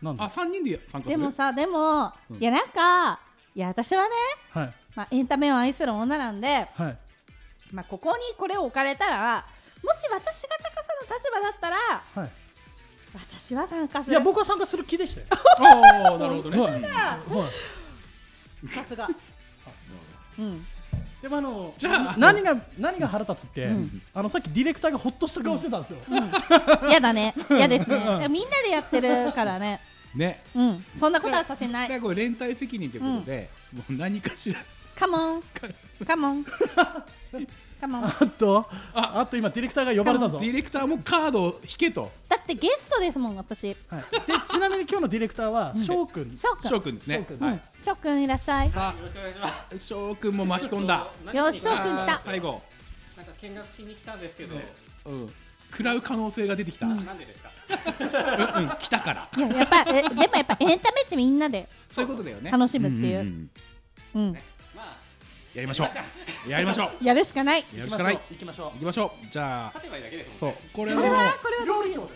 [SPEAKER 1] なん
[SPEAKER 4] あ
[SPEAKER 1] だ
[SPEAKER 4] 三3人で参加する
[SPEAKER 2] でもさでも、
[SPEAKER 4] うん
[SPEAKER 2] いやなんかいや私はね、
[SPEAKER 1] はい
[SPEAKER 2] まあ、エンタメを愛する女なんで、
[SPEAKER 1] はい
[SPEAKER 2] まあ、ここにこれを置かれたらもし私が高さんの立場だったら
[SPEAKER 1] はい
[SPEAKER 2] 私は参加す
[SPEAKER 1] い
[SPEAKER 2] る
[SPEAKER 1] や僕は参加する気でした よ、
[SPEAKER 4] ああなるほどね、
[SPEAKER 1] はい
[SPEAKER 4] うん
[SPEAKER 1] はい、
[SPEAKER 2] さすがうん
[SPEAKER 1] でもあの
[SPEAKER 4] じゃあ
[SPEAKER 1] 何が何が腹立つって、
[SPEAKER 2] うん
[SPEAKER 1] あのさっきディレクターがほっとした顔してたんですよ、
[SPEAKER 2] 嫌だね嫌ですねだからみんなでやってるからね
[SPEAKER 4] ね
[SPEAKER 2] うんそんなことはさせな
[SPEAKER 4] だから
[SPEAKER 2] い
[SPEAKER 4] これ連帯責任ということで、もう何かしら
[SPEAKER 2] カモンカモンカモン
[SPEAKER 1] あとあと今ディレクターが呼ばれたぞ
[SPEAKER 4] ディレクターもカードを引けと
[SPEAKER 2] だってゲストですもん私
[SPEAKER 1] はい、でちなみに今日のディレクターは翔くん、
[SPEAKER 2] 翔くん
[SPEAKER 4] 翔くんですね
[SPEAKER 1] 翔くん
[SPEAKER 4] はい、
[SPEAKER 2] 翔くんいらっしゃい
[SPEAKER 4] さ
[SPEAKER 5] よろしくお願いします。
[SPEAKER 4] あ翔くんも巻き込んだ
[SPEAKER 2] よし翔くん来
[SPEAKER 4] あ
[SPEAKER 2] た
[SPEAKER 4] ー最後
[SPEAKER 5] なんか見学しに来たんですけど、
[SPEAKER 4] うん食らう可能性が出てきた、うん、うん
[SPEAKER 5] なんでですか。
[SPEAKER 4] 来たから
[SPEAKER 2] いややっぱえでもやっぱエンタメってみんなで
[SPEAKER 4] そういうことだよね
[SPEAKER 2] 楽しむってい
[SPEAKER 4] んん
[SPEAKER 2] う、
[SPEAKER 4] ん
[SPEAKER 2] うん、
[SPEAKER 5] まあ
[SPEAKER 4] やりましょうやりましょ
[SPEAKER 2] やるしかないう
[SPEAKER 4] やるしかない
[SPEAKER 1] 行きましょ
[SPEAKER 4] 行きましょうじゃあ
[SPEAKER 5] 勝てばいいだけです
[SPEAKER 4] そ
[SPEAKER 5] もん
[SPEAKER 4] う
[SPEAKER 5] ね。
[SPEAKER 4] これ
[SPEAKER 2] こ
[SPEAKER 4] は
[SPEAKER 2] れ
[SPEAKER 4] もう
[SPEAKER 2] はこれは
[SPEAKER 1] う料理長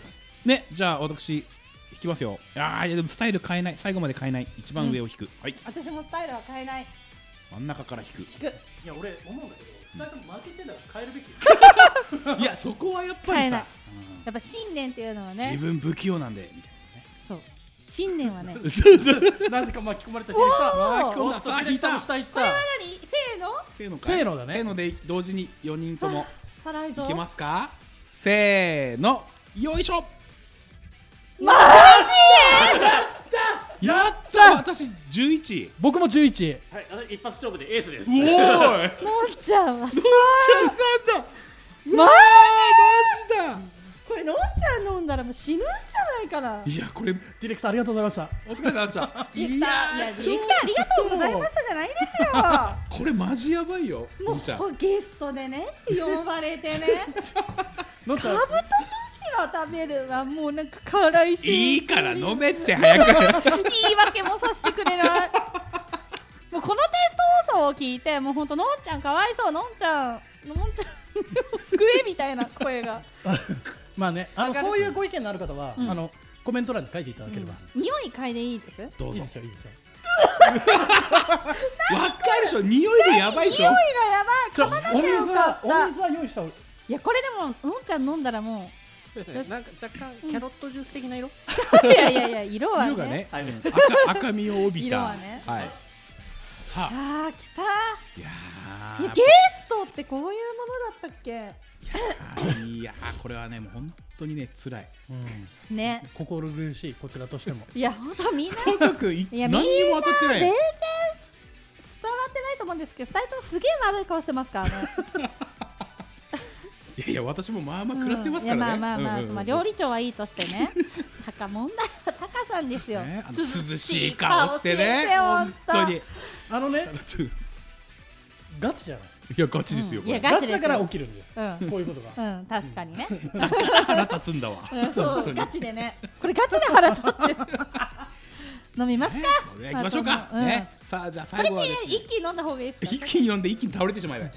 [SPEAKER 4] ねじゃあ私引きますよあーいやでもスタイル変えない最後まで変えない一番上を引く、はい
[SPEAKER 2] 私もスタイルは変えない
[SPEAKER 4] 真ん中から引く
[SPEAKER 1] いや俺思うんだけど二人とも負けてたら変えるべき
[SPEAKER 4] いやそこはやっ
[SPEAKER 2] 変えないやっぱ信念っていうのは
[SPEAKER 4] 自
[SPEAKER 2] ね
[SPEAKER 4] 分不器用なんでみたい
[SPEAKER 2] そう信念はねこれ は
[SPEAKER 1] なぜか巻き込まれたディレクター
[SPEAKER 2] おー巻き
[SPEAKER 4] 込んだ
[SPEAKER 1] さあ引いた下行った
[SPEAKER 2] 何せーの
[SPEAKER 4] なせーの
[SPEAKER 1] せーのだね
[SPEAKER 4] せーので同時に4人とも
[SPEAKER 2] パライ
[SPEAKER 4] い
[SPEAKER 2] ゾ
[SPEAKER 4] けますかせーのよいしょ
[SPEAKER 2] マ
[SPEAKER 4] やった私11
[SPEAKER 1] 僕も11
[SPEAKER 5] はい、あの一発勝負でエースで す。
[SPEAKER 4] おーい
[SPEAKER 2] ジのんちゃんは
[SPEAKER 4] のんちゃんさんだ
[SPEAKER 2] マ
[SPEAKER 4] マジ
[SPEAKER 2] これのんちゃん飲んだらもう死ぬんじゃないかな
[SPEAKER 4] だいやこれ
[SPEAKER 1] ディレクターありがとうございました
[SPEAKER 4] お疲れ様でした
[SPEAKER 2] できたいやできたありがとうございましたじゃないです
[SPEAKER 4] これマジやばいよ
[SPEAKER 2] よも
[SPEAKER 4] のんちゃん
[SPEAKER 2] うゲストでねって呼ばれてね
[SPEAKER 1] のんちゃん
[SPEAKER 2] カブトムシは食べるわもうなんか辛いし
[SPEAKER 4] いいから飲めって 早く
[SPEAKER 2] 言い訳もさせてくれない。もうこのテスト放送を聞いて、もう本当のんちゃんかわいそう、のんちゃん、のんちゃんを救えみたいな声が。
[SPEAKER 1] まあねあの
[SPEAKER 2] わかる
[SPEAKER 1] そういうご意見のある方は、
[SPEAKER 2] うん
[SPEAKER 1] あのコメント欄に書いていただければ、
[SPEAKER 2] 匂い嗅いでいいです。匂い
[SPEAKER 4] ど
[SPEAKER 1] い
[SPEAKER 4] う
[SPEAKER 1] い
[SPEAKER 4] ぞ
[SPEAKER 1] ですよいいですよ
[SPEAKER 4] わかるでしょ匂いでやばいでしょ
[SPEAKER 2] がやばい、噛まな
[SPEAKER 1] お
[SPEAKER 2] きゃよ
[SPEAKER 1] 水
[SPEAKER 2] か
[SPEAKER 1] は
[SPEAKER 2] った
[SPEAKER 1] お。水は用意した方が
[SPEAKER 2] いや、これでも、のんちゃん飲んだらも
[SPEAKER 5] そうで
[SPEAKER 2] よ
[SPEAKER 5] すね
[SPEAKER 2] し
[SPEAKER 5] なんか若干キャロットジュース的な色。
[SPEAKER 2] う。いやいやいや、色はね。
[SPEAKER 4] 色が ね
[SPEAKER 5] はい。
[SPEAKER 4] 赤赤みを帯び
[SPEAKER 2] 色
[SPEAKER 4] た
[SPEAKER 2] はね
[SPEAKER 4] はいさあ
[SPEAKER 2] ああ、来た
[SPEAKER 4] いや
[SPEAKER 2] いや
[SPEAKER 4] ー
[SPEAKER 2] ゲストってこういうものだったっけ。
[SPEAKER 4] いやーこれはねもう本当にね辛い
[SPEAKER 1] うん
[SPEAKER 2] ね。
[SPEAKER 1] 心苦しいこちらとしても
[SPEAKER 2] いや、本当みんな。
[SPEAKER 4] とにかくい
[SPEAKER 2] いや
[SPEAKER 4] 何にも当たってない
[SPEAKER 2] 全然。伝わってないと思うんですけど、二人ともすげえ悪い顔してますからね。
[SPEAKER 4] いやいや 私もまあまあ食らってますからね。
[SPEAKER 2] いやまあまあまあ、
[SPEAKER 4] うんうんうん
[SPEAKER 2] まあ料理長はいいとしてね。高問題は高さなんですよ、
[SPEAKER 4] ねあの涼しい顔してね
[SPEAKER 2] 本当
[SPEAKER 4] 本当
[SPEAKER 2] に
[SPEAKER 4] に
[SPEAKER 1] あのね、
[SPEAKER 4] ちょい
[SPEAKER 1] ガチじゃない。
[SPEAKER 4] やガチですよ、
[SPEAKER 2] いや
[SPEAKER 4] これ
[SPEAKER 1] ガ
[SPEAKER 2] ガチで
[SPEAKER 1] チ
[SPEAKER 2] す
[SPEAKER 1] だから起きるんだよ。
[SPEAKER 2] うん
[SPEAKER 1] こういうことが。
[SPEAKER 2] うん、確かに ね、
[SPEAKER 4] 腹立つんだわ
[SPEAKER 2] うん、
[SPEAKER 4] 本
[SPEAKER 2] そ
[SPEAKER 4] 当
[SPEAKER 2] う
[SPEAKER 4] に
[SPEAKER 2] ガチでねこれガチで腹立って る飲みますか、
[SPEAKER 4] それでは行きましょうか、
[SPEAKER 2] うん
[SPEAKER 4] ねさあじゃあ
[SPEAKER 2] これ
[SPEAKER 4] 最
[SPEAKER 2] に
[SPEAKER 4] 後はですね
[SPEAKER 2] 一気に飲んだ方がいいですか
[SPEAKER 4] 一気に飲んで一気に倒れてしまえばいい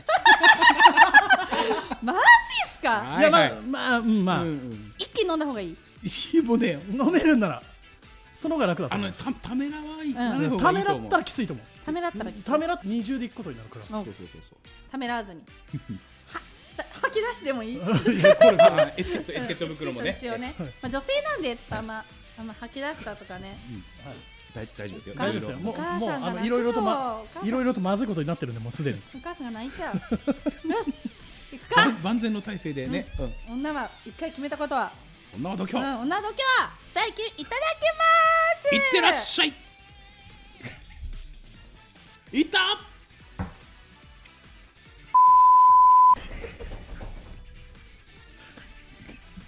[SPEAKER 2] マジっすか
[SPEAKER 1] いや、ま
[SPEAKER 4] は
[SPEAKER 1] あ、まあ、うん、まあ
[SPEAKER 4] う、ん
[SPEAKER 2] 一気に飲んだ方がいい
[SPEAKER 1] いいもうね、飲めるんなら、その方が楽だと
[SPEAKER 4] あ
[SPEAKER 1] 思う
[SPEAKER 4] のたためらわい
[SPEAKER 2] うん
[SPEAKER 4] ない方
[SPEAKER 1] た
[SPEAKER 4] がい
[SPEAKER 1] め
[SPEAKER 4] いと
[SPEAKER 1] ら
[SPEAKER 4] 思
[SPEAKER 1] っ
[SPEAKER 4] う
[SPEAKER 1] たらきついと思う。
[SPEAKER 2] ためらったらきつい
[SPEAKER 1] ためらって二重でいくことになるから。
[SPEAKER 2] うん
[SPEAKER 4] そうそうそうそう
[SPEAKER 2] ためらわずには吐き出してもいい
[SPEAKER 4] あエチケットエチケット袋も
[SPEAKER 2] うん
[SPEAKER 4] ね
[SPEAKER 2] エチケット一応ね、
[SPEAKER 1] はい
[SPEAKER 2] まあ、女性なんでちょっとあんま、あんま吐き出したとかね
[SPEAKER 4] 大大丈夫ですよ
[SPEAKER 1] 大丈夫ですよ。も
[SPEAKER 4] いろいろ
[SPEAKER 2] お
[SPEAKER 1] う、
[SPEAKER 2] 母
[SPEAKER 1] もう、
[SPEAKER 2] さんが
[SPEAKER 1] あ
[SPEAKER 2] 泣
[SPEAKER 1] の、
[SPEAKER 2] く
[SPEAKER 1] いろいろと、ま
[SPEAKER 2] よお母さ、ん
[SPEAKER 1] いろいろとまずいことになってるんで、もうすでに。
[SPEAKER 2] お母さんが泣いちゃ うよし行く
[SPEAKER 4] ば
[SPEAKER 2] か
[SPEAKER 4] ん万全の体制でね、うん
[SPEAKER 2] 女は一回決めたことは、
[SPEAKER 4] 女は度
[SPEAKER 2] うん、
[SPEAKER 4] 胸、いっ
[SPEAKER 2] 女の今日じゃあいきいただきまーす
[SPEAKER 4] てらっしゃいいた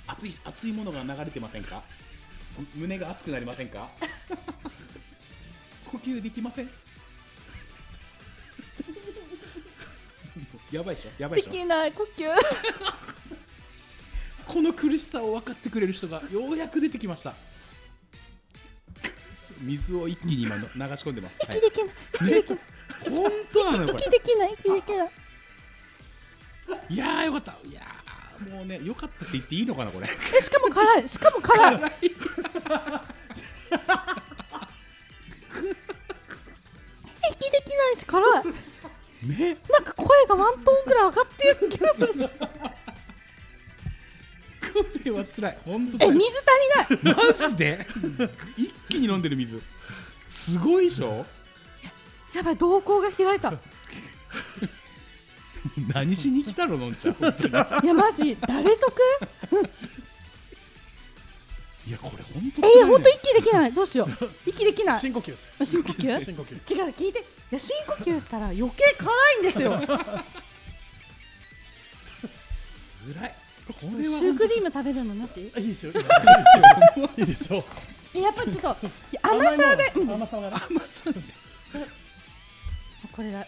[SPEAKER 4] 熱い熱いものが流れてませんか胸が熱くなりませんか呼吸できませんやばいでしょやばいでしょ
[SPEAKER 2] できない呼吸
[SPEAKER 4] この苦しさを分かってくれる人がようやく出てきました水を一気に今の流し込んでます、はい
[SPEAKER 2] 息できない
[SPEAKER 4] 本当なのよこ
[SPEAKER 2] 息できない息できない
[SPEAKER 4] れいやーよかったいやーもうねよかったって言っていいのかなこれ
[SPEAKER 2] えしかも辛いしかも辛 い息できないし辛い
[SPEAKER 4] ね
[SPEAKER 2] なんか声がワントーンぐらい上がってる気がす る
[SPEAKER 4] これは辛い本当
[SPEAKER 2] え
[SPEAKER 4] 辛い
[SPEAKER 2] 水足りない
[SPEAKER 4] マジで一気に飲んでる水すごいでしょ
[SPEAKER 2] やばい瞳孔が開いた
[SPEAKER 4] 何しに来たののんちゃん本当に
[SPEAKER 2] いやマジ誰得
[SPEAKER 4] いやこれ本当
[SPEAKER 2] えー、ほんと
[SPEAKER 4] に
[SPEAKER 2] 息できないどうしよう息できない
[SPEAKER 1] 深呼吸です。
[SPEAKER 2] 深呼吸
[SPEAKER 1] 深呼吸。
[SPEAKER 2] 違う聞いていや深呼吸したら余計辛いんですよ
[SPEAKER 4] 辛い
[SPEAKER 2] シ
[SPEAKER 4] これは
[SPEAKER 2] ュークリーム食べるのなし
[SPEAKER 1] いいですよ。いいですよ。いいですよ。
[SPEAKER 2] えやっぱりちょっといや甘さで、う
[SPEAKER 1] 甘
[SPEAKER 2] ん
[SPEAKER 1] いもの甘さがね。
[SPEAKER 4] 甘さで
[SPEAKER 2] これ だ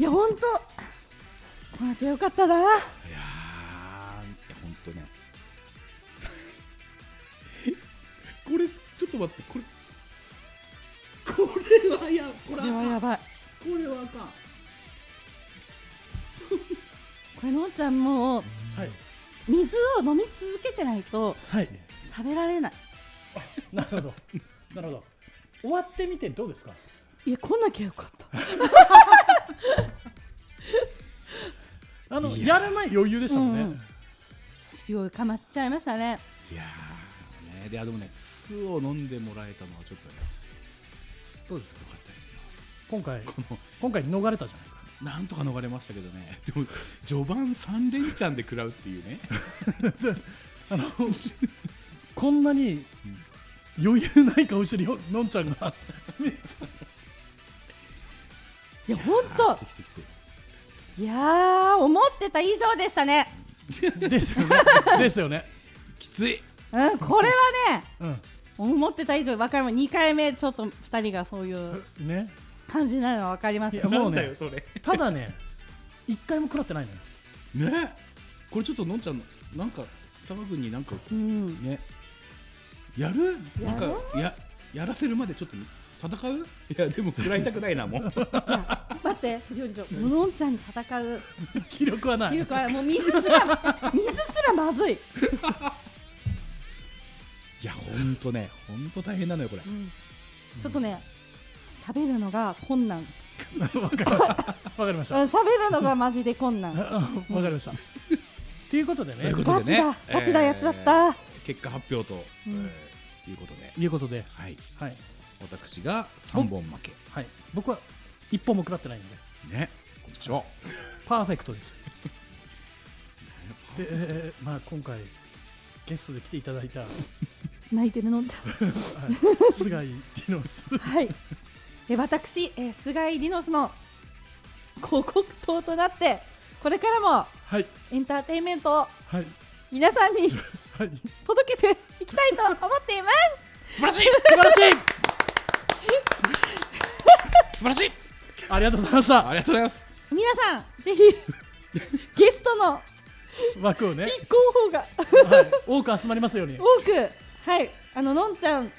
[SPEAKER 2] いやほんと来なくてよかったない
[SPEAKER 4] やー、いや本当ね。 これ、ちょっと待って、これ。これはや、こ
[SPEAKER 2] これはやばい
[SPEAKER 4] これはあかん。
[SPEAKER 2] これのんちゃんもう
[SPEAKER 1] はい。
[SPEAKER 2] 水を飲み続けてないと
[SPEAKER 1] はい。
[SPEAKER 2] 喋られない
[SPEAKER 1] なるほ ど。なるほど。終わってみてどうですか。
[SPEAKER 2] いや来なきゃよか った
[SPEAKER 1] あの、やる前余裕でしたもん
[SPEAKER 2] うん
[SPEAKER 1] ね。
[SPEAKER 2] ちょっとかましちゃいましたね
[SPEAKER 4] いやー、ね、で、あ、でもね、酢を飲んでもらえたのはちょっとね。どうですか、よかったですよ。
[SPEAKER 1] 今回、
[SPEAKER 4] この、
[SPEAKER 1] 今回逃れたじゃないですか。
[SPEAKER 4] なんとか逃れましたけどね。 でも、序盤三連チャンで食らうっていうね。
[SPEAKER 1] こんなに余裕ない顔してるよ、のんちゃん が。めっちゃ
[SPEAKER 2] いやほんと
[SPEAKER 4] きついきつい
[SPEAKER 2] いやー思ってた以上でしたね
[SPEAKER 1] ですよね。ですよね。
[SPEAKER 4] きつい。
[SPEAKER 2] うんこれはね
[SPEAKER 1] うん。
[SPEAKER 2] 思ってた以上に分かります2回目ちょっと2人がそういう
[SPEAKER 1] ね。
[SPEAKER 2] 感じになるのは分かります
[SPEAKER 1] い
[SPEAKER 2] よ
[SPEAKER 1] やもう
[SPEAKER 4] なんだ
[SPEAKER 1] ね
[SPEAKER 4] よ、、それ。
[SPEAKER 1] ただね、一回も食らってないのよ。
[SPEAKER 4] ね。これちょっとのんちゃんの、なんか、たま君になんか。
[SPEAKER 2] うん
[SPEAKER 4] ねやる
[SPEAKER 2] や
[SPEAKER 4] なん
[SPEAKER 2] ろ
[SPEAKER 4] かややらせるまでちょっと戦ういやでも食らいたくないなもう
[SPEAKER 2] 待ってりょうちゃんのんちゃんに戦う
[SPEAKER 1] 気力はな
[SPEAKER 2] っていう
[SPEAKER 1] い。
[SPEAKER 2] かもう水すら 水すらまずい、
[SPEAKER 4] いやほんとねほんと大変なのよこれ
[SPEAKER 2] うんちょっとね喋るのが困難
[SPEAKER 1] わかりました。わかりまし
[SPEAKER 2] う
[SPEAKER 1] た。
[SPEAKER 2] ん
[SPEAKER 1] わ
[SPEAKER 2] 喋るのがマジで困 難
[SPEAKER 1] かりました。ということで
[SPEAKER 4] とい
[SPEAKER 1] ね
[SPEAKER 4] うこ。とでね
[SPEAKER 2] ガチだガチだやつだった
[SPEAKER 4] 結果発表と、
[SPEAKER 2] うん
[SPEAKER 4] えーいうことで
[SPEAKER 1] いうことで、
[SPEAKER 4] はい
[SPEAKER 1] はい。
[SPEAKER 4] 私が3本負け
[SPEAKER 1] はい。僕は一本も食らってないんで。
[SPEAKER 4] ねこっちを
[SPEAKER 1] パーフェクトです。 で、えーまあ、今回ゲストで来ていただいた、はい、
[SPEAKER 2] 泣いてるのんちゃん
[SPEAKER 1] 菅井ディノス
[SPEAKER 2] はい、え私、えー菅井ディノスの広告塔となってこれからも
[SPEAKER 1] はい
[SPEAKER 2] エンターテインメントを
[SPEAKER 1] はい
[SPEAKER 2] 皆さん に
[SPEAKER 1] はい、
[SPEAKER 2] 届けていきたいと思っていま
[SPEAKER 4] 素晴らしい
[SPEAKER 1] 素晴らしい
[SPEAKER 4] 素晴らしい
[SPEAKER 1] ありがとうございました
[SPEAKER 4] ありがとうございます
[SPEAKER 2] す皆さん ぜひゲストの
[SPEAKER 1] 枠をね、
[SPEAKER 2] 立候補が
[SPEAKER 1] はい、多く集まりますように
[SPEAKER 2] 多くはいあののんちゃん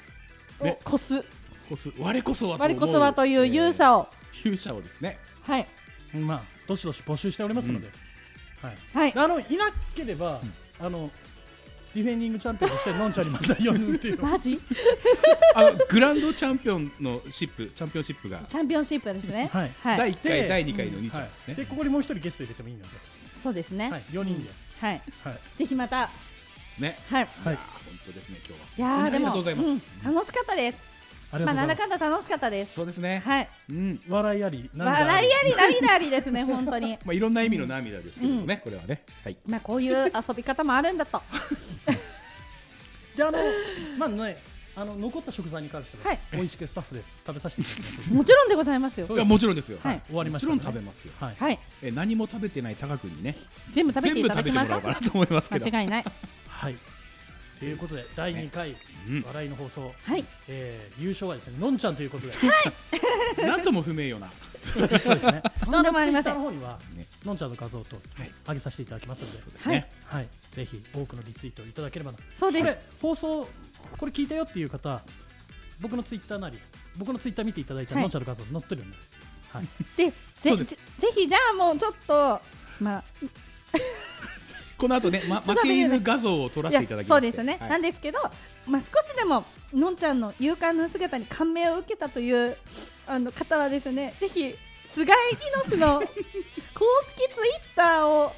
[SPEAKER 2] を
[SPEAKER 4] ね
[SPEAKER 2] 越す、
[SPEAKER 4] こす我こそはと思う
[SPEAKER 2] 我こそはという勇者を、
[SPEAKER 4] えー勇者をですね
[SPEAKER 2] はい
[SPEAKER 1] まあどしどし募集しておりますので、はい
[SPEAKER 2] はい
[SPEAKER 1] あのいなければ、あのディフェンディングチャンピオンとしてのんちゃんにまた呼んでよ
[SPEAKER 2] マジ
[SPEAKER 4] あのグランドチャンピオンのシップチャンピオンシップが
[SPEAKER 2] チャンピオンシップですね
[SPEAKER 1] はい
[SPEAKER 2] は
[SPEAKER 4] 第
[SPEAKER 2] い
[SPEAKER 4] 1回
[SPEAKER 1] で
[SPEAKER 4] 第2回の2ちゃん
[SPEAKER 1] は
[SPEAKER 4] ね、
[SPEAKER 1] い、でここにもう一人ゲスト入れてもいいので、
[SPEAKER 2] そうですね
[SPEAKER 1] は
[SPEAKER 2] はい
[SPEAKER 1] い、4人で、
[SPEAKER 2] ぜひまた
[SPEAKER 4] ね
[SPEAKER 2] はい
[SPEAKER 1] はい
[SPEAKER 4] やー本当ですね今日はい
[SPEAKER 2] やー
[SPEAKER 4] あ
[SPEAKER 2] で
[SPEAKER 4] り
[SPEAKER 2] も
[SPEAKER 4] がとうございます
[SPEAKER 2] うん楽しかったです
[SPEAKER 1] あり
[SPEAKER 2] ま
[SPEAKER 1] が
[SPEAKER 2] あ
[SPEAKER 1] とうご
[SPEAKER 2] なん
[SPEAKER 1] ざ
[SPEAKER 2] だ
[SPEAKER 1] います、
[SPEAKER 2] かんだ楽しかったです
[SPEAKER 4] そうですね
[SPEAKER 2] はい
[SPEAKER 4] うん
[SPEAKER 1] 笑いあり涙あ
[SPEAKER 2] 笑
[SPEAKER 1] り
[SPEAKER 2] いあり涙ありですね本当 に
[SPEAKER 4] まあいろんな意味の涙ですけれどもね、これはねはい
[SPEAKER 2] まあこういう遊び方もあるんだと
[SPEAKER 1] であのまあねあの残った食材に関しては、
[SPEAKER 2] はい
[SPEAKER 1] 美味しくスタッフで食べさせていただきます
[SPEAKER 2] もちろんでございますよ
[SPEAKER 1] そう
[SPEAKER 4] いやもちろんですよ、
[SPEAKER 2] はい
[SPEAKER 1] 終わりま
[SPEAKER 4] も
[SPEAKER 1] し
[SPEAKER 4] ち
[SPEAKER 1] た
[SPEAKER 4] ろ
[SPEAKER 1] ね、
[SPEAKER 4] ん食べますよ、
[SPEAKER 1] はい、
[SPEAKER 2] はい
[SPEAKER 4] えー何も食べてないタカ君にね
[SPEAKER 2] 全部食べて
[SPEAKER 4] 全
[SPEAKER 2] い
[SPEAKER 4] 部
[SPEAKER 2] た
[SPEAKER 4] 食
[SPEAKER 2] だ
[SPEAKER 4] べ
[SPEAKER 2] き
[SPEAKER 4] ても
[SPEAKER 2] まし
[SPEAKER 4] ら
[SPEAKER 2] ょ
[SPEAKER 4] おう
[SPEAKER 2] う
[SPEAKER 4] かなと思いますけど
[SPEAKER 2] 間違いない
[SPEAKER 1] はい、ということで第2回、
[SPEAKER 4] うん
[SPEAKER 1] 笑いの放送、
[SPEAKER 2] はい
[SPEAKER 1] えー優勝はですねのんちゃんということ で
[SPEAKER 4] なんとも不明よな
[SPEAKER 1] そうですね。
[SPEAKER 2] とんでもありませ
[SPEAKER 1] あのツイッター
[SPEAKER 2] ん
[SPEAKER 1] の方には、
[SPEAKER 4] ね
[SPEAKER 1] のんちゃんの画像と上げさせていただきますので、
[SPEAKER 2] はい
[SPEAKER 4] ね
[SPEAKER 1] はい、ぜひ多くのリツイートをいただければな。こ
[SPEAKER 2] そうです
[SPEAKER 1] れ放送これ聞いたよっていう方、僕のツイッターなり、僕のツイッター見ていただいたら、
[SPEAKER 2] はい
[SPEAKER 1] のんちゃんの画像載ってるんで、はい、
[SPEAKER 2] でぜ
[SPEAKER 4] そう
[SPEAKER 2] ぜ
[SPEAKER 4] です
[SPEAKER 2] ぜひじゃあもうちょっとまあ
[SPEAKER 4] この後ね、ま、
[SPEAKER 2] ちょっ
[SPEAKER 4] 負
[SPEAKER 2] と
[SPEAKER 4] け犬画像を撮ら
[SPEAKER 2] い
[SPEAKER 4] せ
[SPEAKER 2] や
[SPEAKER 4] ていただきま
[SPEAKER 2] そう
[SPEAKER 4] す
[SPEAKER 2] ですね、
[SPEAKER 4] はい
[SPEAKER 2] なんですけど、まあ、少しでものんちゃんの勇敢な姿に感銘を受けたというあの方はですねぜひ菅井ディノスの公式ツイッターをフォロ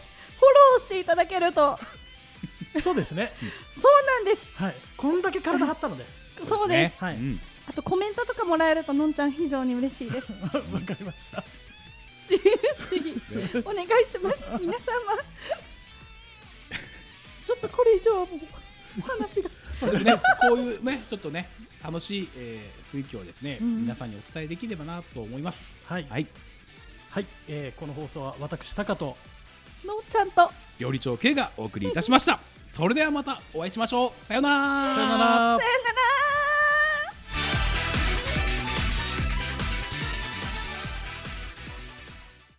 [SPEAKER 2] ーしていただけると
[SPEAKER 1] そうですね。
[SPEAKER 2] そうなんです
[SPEAKER 1] はい、こんだけ体張ったので、
[SPEAKER 2] そうです
[SPEAKER 4] そうですね、
[SPEAKER 1] はい
[SPEAKER 4] うん
[SPEAKER 2] あとコメントとかもらえるとのんちゃん非常に嬉しい ですぜ
[SPEAKER 1] わかりました。
[SPEAKER 2] ひお願いします皆様ちょっとこれ以上はもうお話が
[SPEAKER 4] そうですね、こういうね、ちょっとね、楽しい、えー雰囲気をですね、
[SPEAKER 2] うん
[SPEAKER 4] 皆さんにお伝えできればなと思います。
[SPEAKER 1] はい、
[SPEAKER 4] はい、
[SPEAKER 1] はい、えーこの放送は私高と。
[SPEAKER 2] のんちゃんと
[SPEAKER 4] 料理長 K がお送りいたしました。それではまたお会いしましょう。さようなら。
[SPEAKER 1] さよなら。
[SPEAKER 2] さよなら